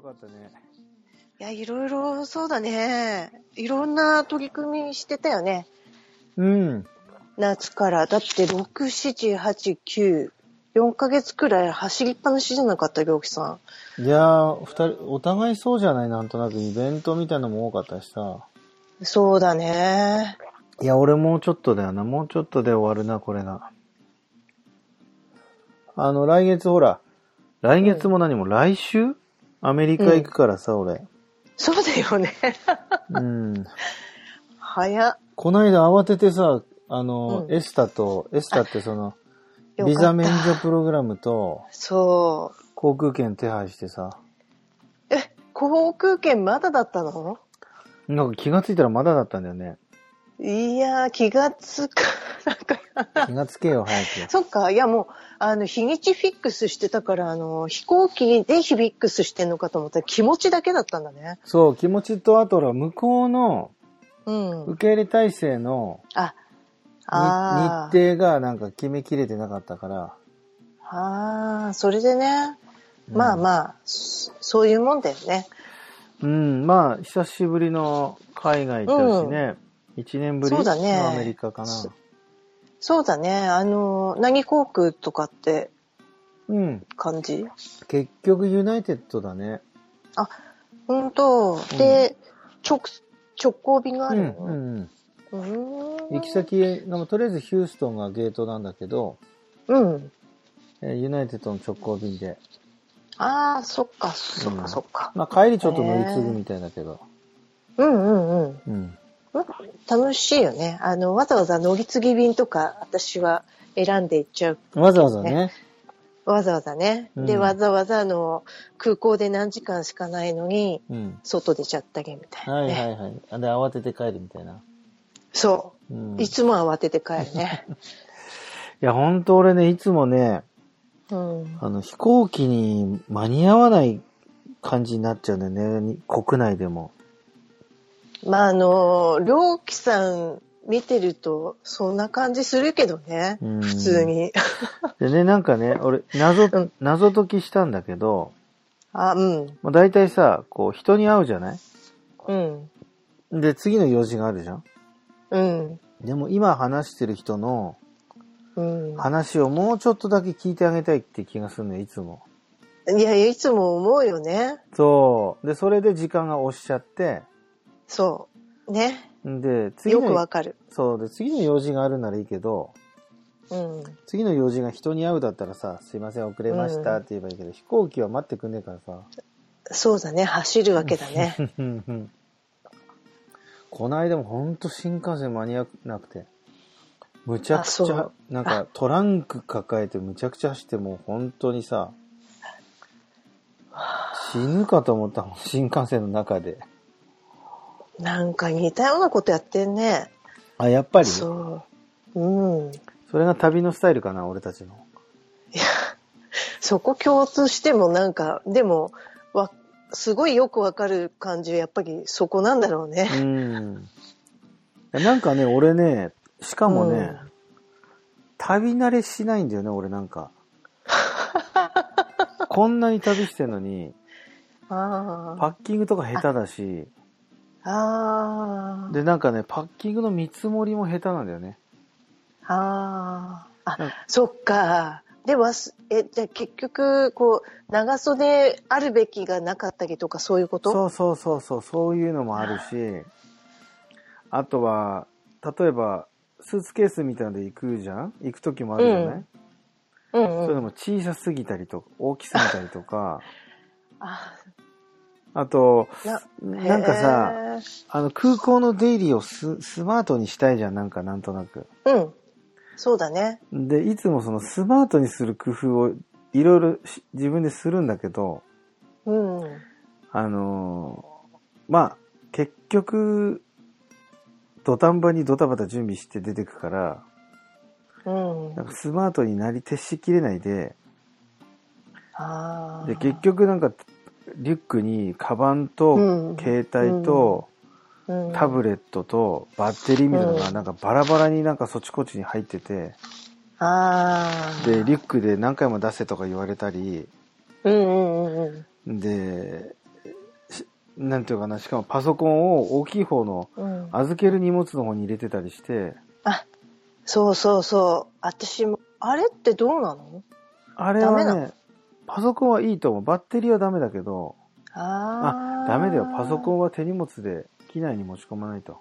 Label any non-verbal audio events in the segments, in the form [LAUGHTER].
かったね。いや、いろいろそうだね。いろんな取り組みしてたよね。うん。夏から。だって、6、7、8、9。4ヶ月くらい走りっぱなしじゃなかった、りょうきさん。いやー、二人、お互いそうじゃないなんとなくイベントみたいなのも多かったしさ。そうだね。いや、俺もうちょっとだよな。もうちょっとで終わるな、これな。あの、来月ほら、来月も何も、来週アメリカ行くからさ、俺。そうだよね。 [LAUGHS] うん。早っ。こないだ慌ててさ、あの、うんエスタと、エスタってその、よかったビザ免除プログラムと、そう。航空券手配してさ、え、航空券まだだったのなんか気がついたらまだだったんだよね。いやー、気がつか、なん [LAUGHS] か、気がつけよ、早く。 [LAUGHS] そっか、いやもう、あの、日にちフィックスしてたから、あの、飛行機で日フィックスしてんのかと思ったら気持ちだけだったんだね。そう、気持ちと、あとら、向こうのうん。受け入れ体制のあ、にあー日程がなんか決めきれてなかったから。あー、それでね、うんまあまあ、そそういうもんだよね。うん、まあ、久しぶりの海外行ったしね。一、年ぶりそのうだねアメリカかな。そそうだね、あの、何航空とかってうん。感じ結局、ユナイテッドだね。うんと、で、直、直行便があうるん、うの、んうん。うーん、行き先が、とりあえずヒューストンがゲートなんだけど、うん。えーユナイテッドの直行便で。ああ、そっか、そっうんか、そっか。まあ、帰りちょっと乗り継ぐみたいだけど。うんうんうん。うん。楽しいよね。あの、わざわざ乗り継ぎ便とか、私は選んでいっちゃう。わざわざね。わざわざね。うんで、わざわざあの、空港で何時間しかないのに、うん。外出ちゃったりみたいな、はいねはいはい。あで、慌てて帰るみたいな。そうう、ん。いいつも慌てて帰 [LAUGHS] るね。や、ほんと俺ね、いつもね、うん。あの、飛行機に間に合わない感じになっちゃうんだよね。に国内でも。まあ、あの、りょうきさん見てると、そんな感じするけどね。うん普通に。 [LAUGHS] でね、なんかね、俺、謎うん、謎解きしたんだけど、あ、うん。まあ、大体さ、こう、人に会うじゃないうん。で、次の用事があるじゃんうん。でも今話してる人のうん。話をもうちょっとだけ聞いてあげたいって気がするのよ、いつも。いやいや、いつも思うよね。そう。で、それで時間が押しちゃって、そう。ね。で、次よくのわ、かる。そうで、次の用事があるならいいけど、うん。次の用事が人に会うだったらさ、すいません、遅れましたって言えばいいけど、飛行機は待ってくんねえからさ。 [LAUGHS] そうだね。走るわけだね。この間もほんと新幹線間に合わなくて、むちゃくちあそゃう、なんかトランク抱えてむちゃくちゃ走ってもう本当にさ、死ぬかと思ったもん、新幹線の中で。なんか似たようなことやってんね。あ、やっぱりそそう。うん。れが旅のスタイルかな、俺たちの。そこ共通してもなんか、でも、わ、すごいよくわかる感じはやっぱりそこなんだろうね。うん。なんかね、俺ね、しかもね、うん旅慣れしないんだよね、俺なん [LAUGHS] か。こんなに旅してんのに、あパッキングとか下手だし、あ。ああ。で、なんかね、パッキングの見積もりも下手なんだよね。ああ。うんあ、そっか。でも、すえ、じゃあ結局、こう、長袖あるべきがなかったりとかそういうことそうそうそうそう、そういうのもあるし、あとは、例えば、スーツケースみたいので行くじゃん行く時もあるじゃない、うう。そうういうのんうん。も小さすぎたりとか、大きすぎたりとか、ああと、ななんかさ、へーあの、空港の出入りをススマートにしたいじゃん、なんかなんとなく。うん。そうだね。で、いつもそのスマートにする工夫をいろいろし自分でするんだけど、うん。あのーまあ、結局、土壇場にドタバタ準備して出てくから、うん。なんかスマートになり、徹しきれないで、ああ。で、結局なんか、リュックに、カバンと、うん、携帯と、うんタブレットと、バッテリーみたいなのが、うんなんかバラバラになんかそっちこっちに入ってて、ああ。で、リュックで何回も出せとか言われたり、うんうんうんうん。で、なんていうかな、しかもパソコンを大きい方のうん、預ける荷物の方に入れてたりして、あそうそうそう私もあれってどうなのあれダはメね、パソコンはいいと思う。バッテリーはダメだけど、あああ、ダメだよ。パソコンンは手荷物で機内に持ち込まないと。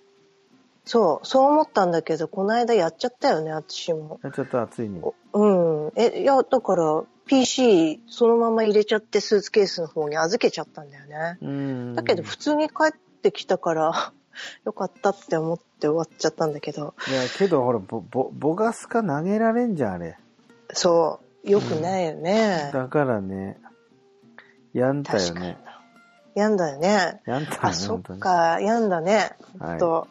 そうそう思ったんだけどこの間やっちゃったよね私もやっちゃった、ついに。うんえいやだから PC そのまま入れちゃってスーツケースの方に預けちゃったんだよねうん。だけど普通に帰ってきたから [LAUGHS] よかったって思って終わっちゃったんだけどいや、けどほら、ぼ、ぼ、ぼがすか投げられんじゃん、あれ。そうよくないよね、だからね、やんだよ確かにね。病んだよねやんだよね、あそっ本当に。か病んだねはいと、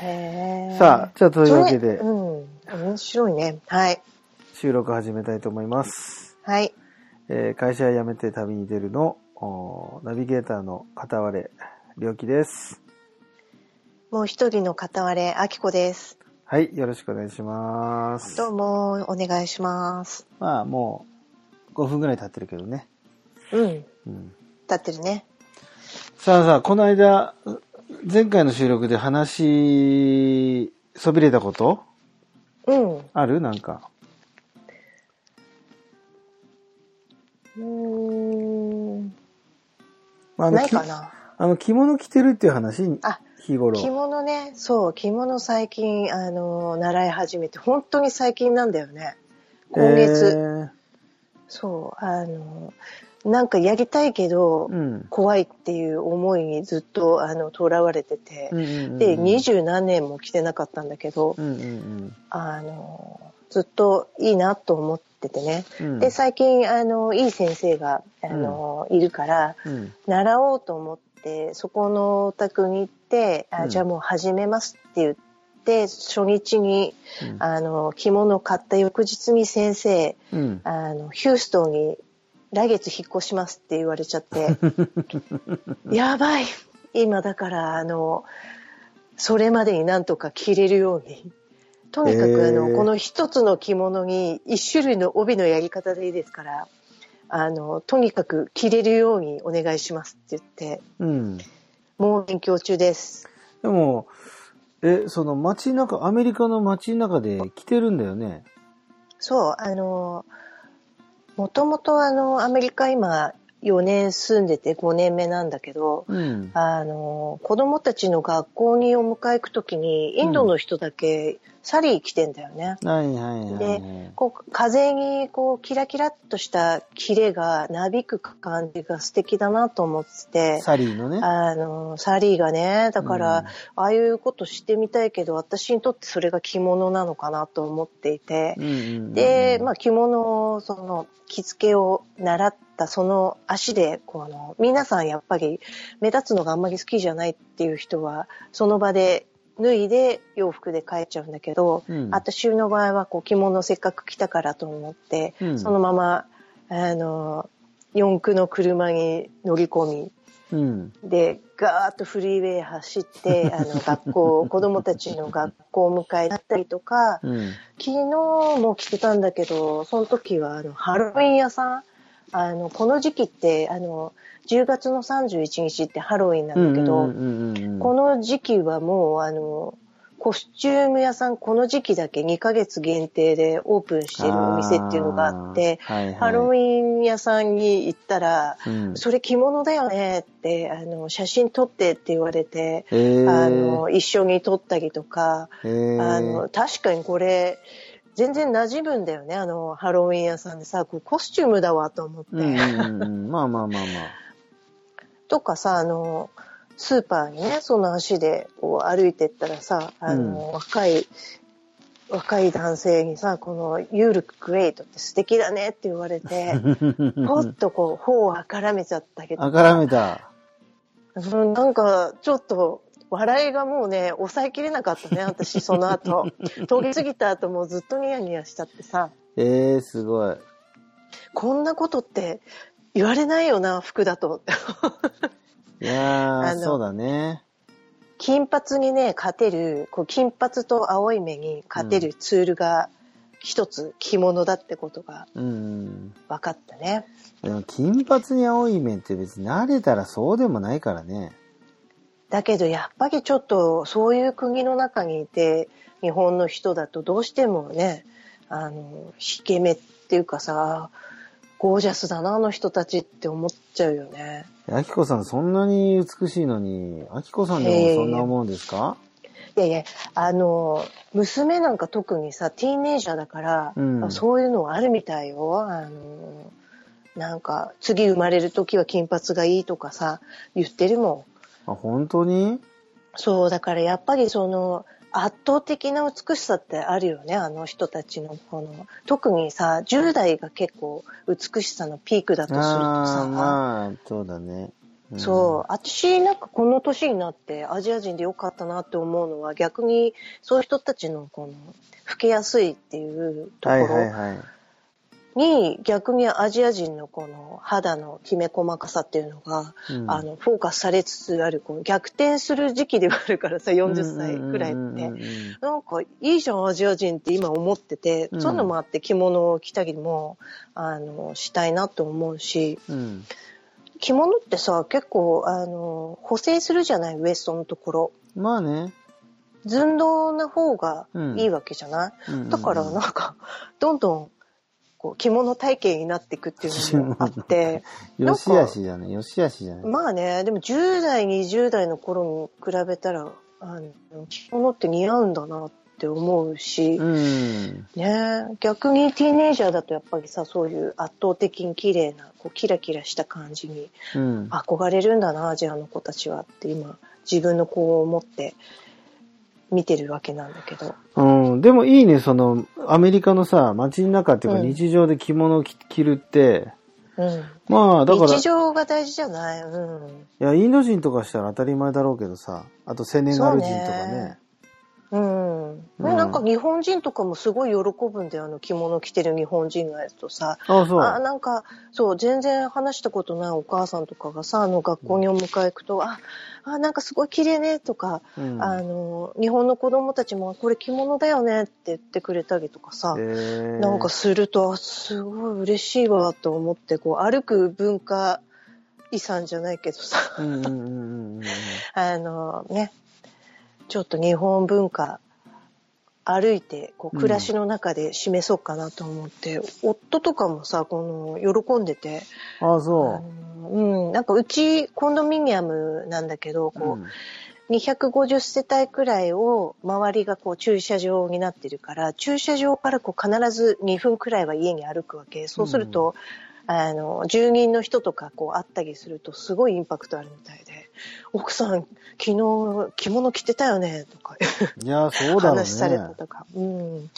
へえさあ、じゃあというわけでそれ、うん、面白いねはい収録始めたいと思います。はいえー会社辞めて旅に出るの、おーナビゲーターの片割れ、良きです。もう一人の片割れあきこですはい、よろしくお願いしますど。うもお願いしますまあ、もう、5分ぐらい経ってるけどね。うんうん。立ってるねさあさあ、この間、前回の収録で話、そびれたことうんあるなんか。うーんまああのないきかなあの、着物着てるっていう話、あ日頃。着物ねそう着物最近あの習い始めて本当に最近なんだよね今月、そうあのなんかやりたいけど、えーうん。怖いっていう思いにずっとあの囚われてて、うんうんうんで二十何年も着てなかったんだけど、うんうんあのずっといいなと思っててね、うん。うんで、最近あのいい先生があの、いるからうん。習おうと思ってそこのお宅に行って、あうんじゃあもう始めますって言って初日にうんあの着物を買った翌日に先生うん。あの、ヒューストンに来月引っ越しますって言われちゃ [LAUGHS] って、やばい今だから、あの、それまでになんとか着れるように。とにかく、へーあの、この一つの着物に一種類の帯のやり方でいいですから、あの、とにかく着れるようにお願いしますって言って、うん。もう勉強中です。でも、え、その街中、アメリカの街中で着てるんだよね。そう、あの、もともとあの、アメリカ今4年住んでて5年目なんだけど、うん。あの、子供たちの学校にお迎え行くときに、インドの人だけサリー着てんだよね。はいはいはいはい。こう風にこうキラキラっとしたキレがなびく感じが素敵だなと思ってて、サリーのね。あの、サリーがね、だから、うんああいうことしてみたいけど、私にとってそれが着物なのかなと思っていて、うんうんうん、で、まあ、着物をその着付けを習ったその足でこうあの皆さんやっぱり目立つのがあんまり好きじゃないっていう人はその場で脱いで洋服で帰っちゃうんだけど、うん私の場合はこう着物せっかく着たからと思って、うんそのままあの四駆の車に乗り込みうん。でガーッとフリーウェイ走ってあの学校子供たちの学校を迎えだったりとか。うん。昨日も着てたんだけど、その時はあのハロウィン屋さん、あのこの時期ってあの10月の31日ってハロウィンなんだけど、うんうんうんうん、この時期はもうあのコスチューム屋さんこの時期だけ2ヶ月限定でオープンしてるお店っていうのがあって、あー、はいはい、ハロウィィン屋さんに行ったら、ンうん、それ着物だよねってあの写真撮ってって言われて、えー、あの一緒に撮ったりとか。えー、あの、確かにこれ、全然馴染むんだよね。あの、ハロウィン屋さんでさ、こうコスチュームだわと思って。うんうん [LAUGHS] うん、まあまあまあまあ。とかさ、あの、スーパーにね、その足でこう歩いてったらさ、あの、う若い、若い男性にさ、この、You look great って素敵だねって言われて、 [LAUGHS] ぽっとこう、頬をあからめちゃったけど、あからめた。うんなんか、ちょっと、笑いがもうね、抑えきれなかったね、私、そ [LAUGHS] の後。通り過ぎた後もずっとニヤニヤしちゃってさ。えー、すごい。こんなことって言われないよな、服だと。 [LAUGHS] いやあー、のそうだね。金髪にね、勝てる、こう金髪と青い目に勝てるツールが、一つ着物だってことがうん。分かったね。でも、金髪に青い面って別に慣れたらそうでもないからね。だけどやっぱりちょっとそういう国の中にいて日本の人だとどうしてもねあの引け目っていうかさゴージャスだなあの人たちって思っちゃうよねあきこさんそんなに美しいのに、あきこさんでもそんな思うんですかいやいやあの娘なんか特にさティーンエイジャーだから、うんそういうのあるみたいよあのなんか次生まれる時は金髪がいいとかさ言ってるもんあ、本当にそう、だからやっぱりその、圧倒的な美しさってあるよね、あの人たちの。この特にさ、10代が結構美しさのピークだとするとああ、さ、まあ、そうだね。うんそう、私なんかこの年になってアジア人でよかったなって思うのは逆にそういう人たちのこの、老けやすいっていうとこはいろはいはい。に逆にアジア人のこの肌のきめ細かさっていうのが、うんあのフォーカスされつつあるこう逆転する時期ではあるからさ40歳くらいって、うんうんうんうんなんかいいじゃんアジア人って今思ってて、うんそういうのもあって着物を着たりもあのしたいなと思うしうん。着物ってさ結構あの補正するじゃないウエストのところまあね。寸胴な方がいいわけじゃない、うんうんうんだからなんかどんどんこう着物体型になっていくっていうのもあって。よしあしじゃない。よしあしじゃない。まあね、でも10代、20代の頃に比べたら、あの、着物って似合うんだなって思うしう、ん。ね逆にティーネイジャーだとやっぱりさ、そういう圧倒的に綺麗な、こう、キラキラした感じにうん。憧れるんだな、アジアの子たちはって今、自分の子を思って見てるわけなんだけど。うん、でもいいね、その、アメリカのさ、街の中っていうかうん日常で着物を着着るって、うん。まあ、だから、日い常が大事じゃないうん。や、インド人とかしたら当たり前だろうけどさ、あとセネガル人とかそうねね。うん、なんか日本人とかもすごい喜ぶんだよ、あの着物着てる日本人がやるとさ。あそう。あなんか、そう、全然話したことないお母さんとかがさ、あの学校にお迎え行くと、あ、あ、なんかすごい綺麗ね、とか、うんあの、日本の子供たちも、これ着物だよねって言ってくれたりとかさへ、ーなんかすると、あすごい嬉しいわ、と思って、こう、歩く文化遺産じゃないけどさ、うんうんうんうんうん。 [LAUGHS] あのね、ちょっと日本文化、歩いて、こう、暮らしの中で示そうかなと思って、夫とかもさ、この、喜んでて、ああそのうん、なんかうち、コンドミニアムなんだけど、う。こう、250世帯くらいを、周りがこう、駐車場になってるから、駐車場からこう、必ず2分くらいは家に歩くわけ。そうすると、あの、住人の人とかこう、会ったりすると、すごいインパクトあるみたいで、奥さん、昨日、着物着てたよね、とか、うんいや、そうだろうね。話されたとか。うん。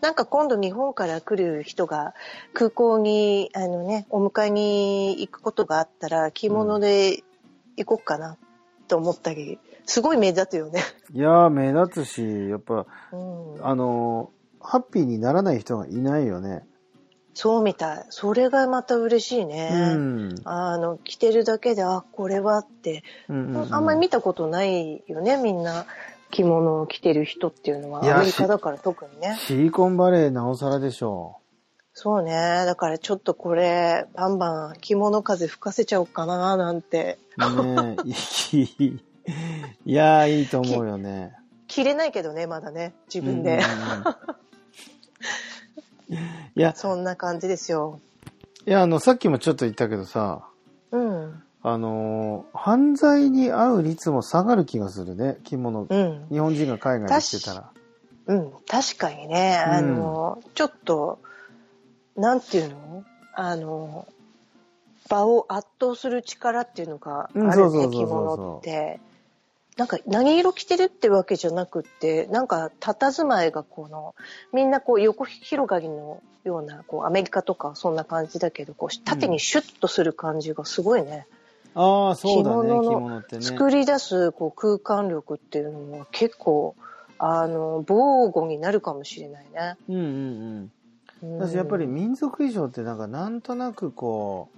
なんか今度日本から来る人が空港に、あのね、お迎えに行くことがあったら着物で行こうかなと思ったり、すごい目立つよね。 [LAUGHS] いや、目立つし、やっぱ、うん。あの、ハッピーにならない人がいないよね。そうみたい。それがまた嬉しいね。うん。あの、着てるだけで、あ、これはって、うんうんうんあんまり見たことないよね、みんな。着物を着てる人っていうのいは、やアメリカだから特にね。シリコンバレーなおさらでしょそうね。だからちょっとこれ、バンバン着物風吹かせちゃおうかななんて。ねえいい [LAUGHS] いやー、いいと思うよね。着れないけどね、まだね。自分うんで。うんうんいや、 [LAUGHS] そんな感じですよ。いや、あの、さっきもちょっと言ったけどさ、うん。あのー犯罪に遭う率も下がる気がするね、着物。うん。日本人が海外にしてたら。うん。確かにね、あの、ちょっと、なんていうのあの、場を圧倒する力っていうのがあるね、うんそうそうそうそう着物って。なんか何色着てるってわけじゃなくって、なんか佇まいがこの、みんなこう横広がりのような、こうアメリカとかはそんな感じだけど、こう縦にシュッとする感じがすごいね。ああ、そうだね、着着物の物ってね。作り出すこう空間力っていうのは結構、あの、防護になるかもしれないね。うんうんうん。うん私やっぱり民族衣装ってなんかなんとなくこ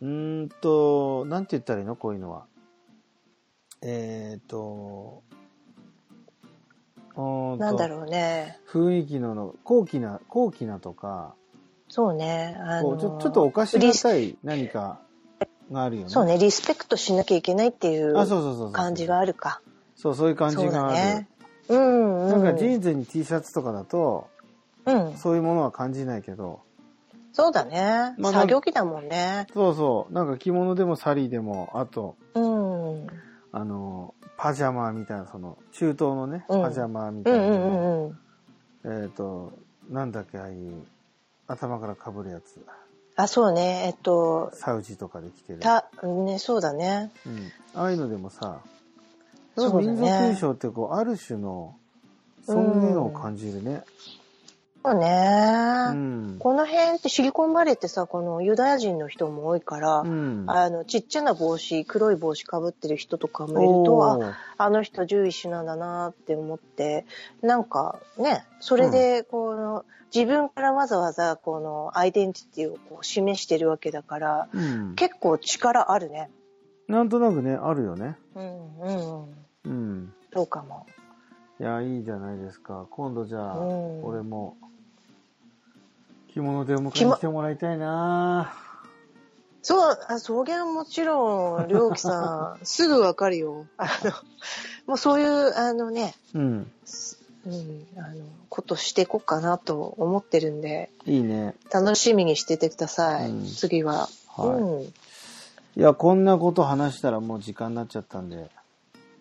う、うーんと、なんて言ったらいいのこういうのは。えっ、と、うんとなんだろうね。雰囲気のの、高貴な、高貴なとか、そうね。あこのうちょちょっとおかしなさい何かがあるよね。そうね、リスペクトしなきゃいけないっていうあ、そうそうそうそう。感じがあるか。そう、そういう感じそうがだある。ね。うん、うん。なんかジーンズに T シャツとかだと、うん。そういうものは感じないけど、そうだね。まあ作業着だもんね。そうそう、なんか着物でもサリーでも、あと、うん。うんあの、パジャマみたいな、その、中東のね、うんパジャマみうたいな、んうんうん。えっ、と、なんだっけ、ああいう、頭からかぶるやつ、あ、そうね。えっと、サウジとかで着てる。た、ね、そうだね。うん。ああいうのでもさ、そうだ民ね族衣装ってこう、ある種の、そういうのを感じるね。そううね。ん。この辺ってシリコンバレーってさ、このユダヤ人の人も多いから、うん。あの、ちっちゃな帽子、黒い帽子かぶってる人とかもいると、あお、ーあの人獣医師なんだなって思って、なんかね、それで、この、自分からわざわざ、この、アイデンティティをこう示してるわけだから、うん。結構力あるね。なんとなくね、あるよね。うん、うん、うん。うん。そうかも。いや、いいじゃないですか。今度じゃあ、うん俺も、着物でお迎えに来てもらいたいなそう、あ、草原もちろん、りょうきさん、すぐわかるよ。あの、もうそういう、あのね、うん。うん、あの、ことしていこうかなと思ってるんで、いいね。楽しみにしててください、うん次は、はいうんいや、こんなこと話したらもう時間になっちゃったんで、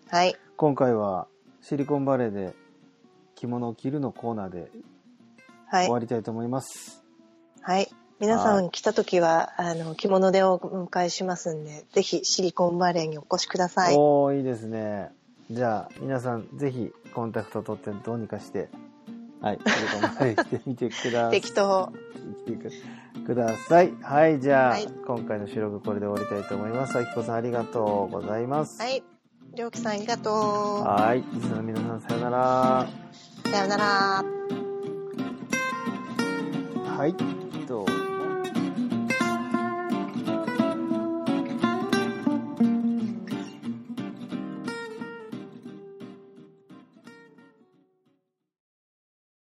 はい今回はシリコンバレーで着物を着るのコーナーでは終わい、りたいと思います。はい、皆さはん来た時はあの着物でお迎えしますんでぜひシリコンバレーにお越しくださいおー、いいですね。じゃあ、皆さんぜひコンタクト取ってどうにかして、はい、シリコンバレー来てみてください。適当聞いてください。はい、じゃあ、はい今回の収録これで終わりたいと思います。あきこさんありがとうございます。はいりょうきさんありがとはい、リスナーの皆さんさよなら。うさようならはい、どうぞ。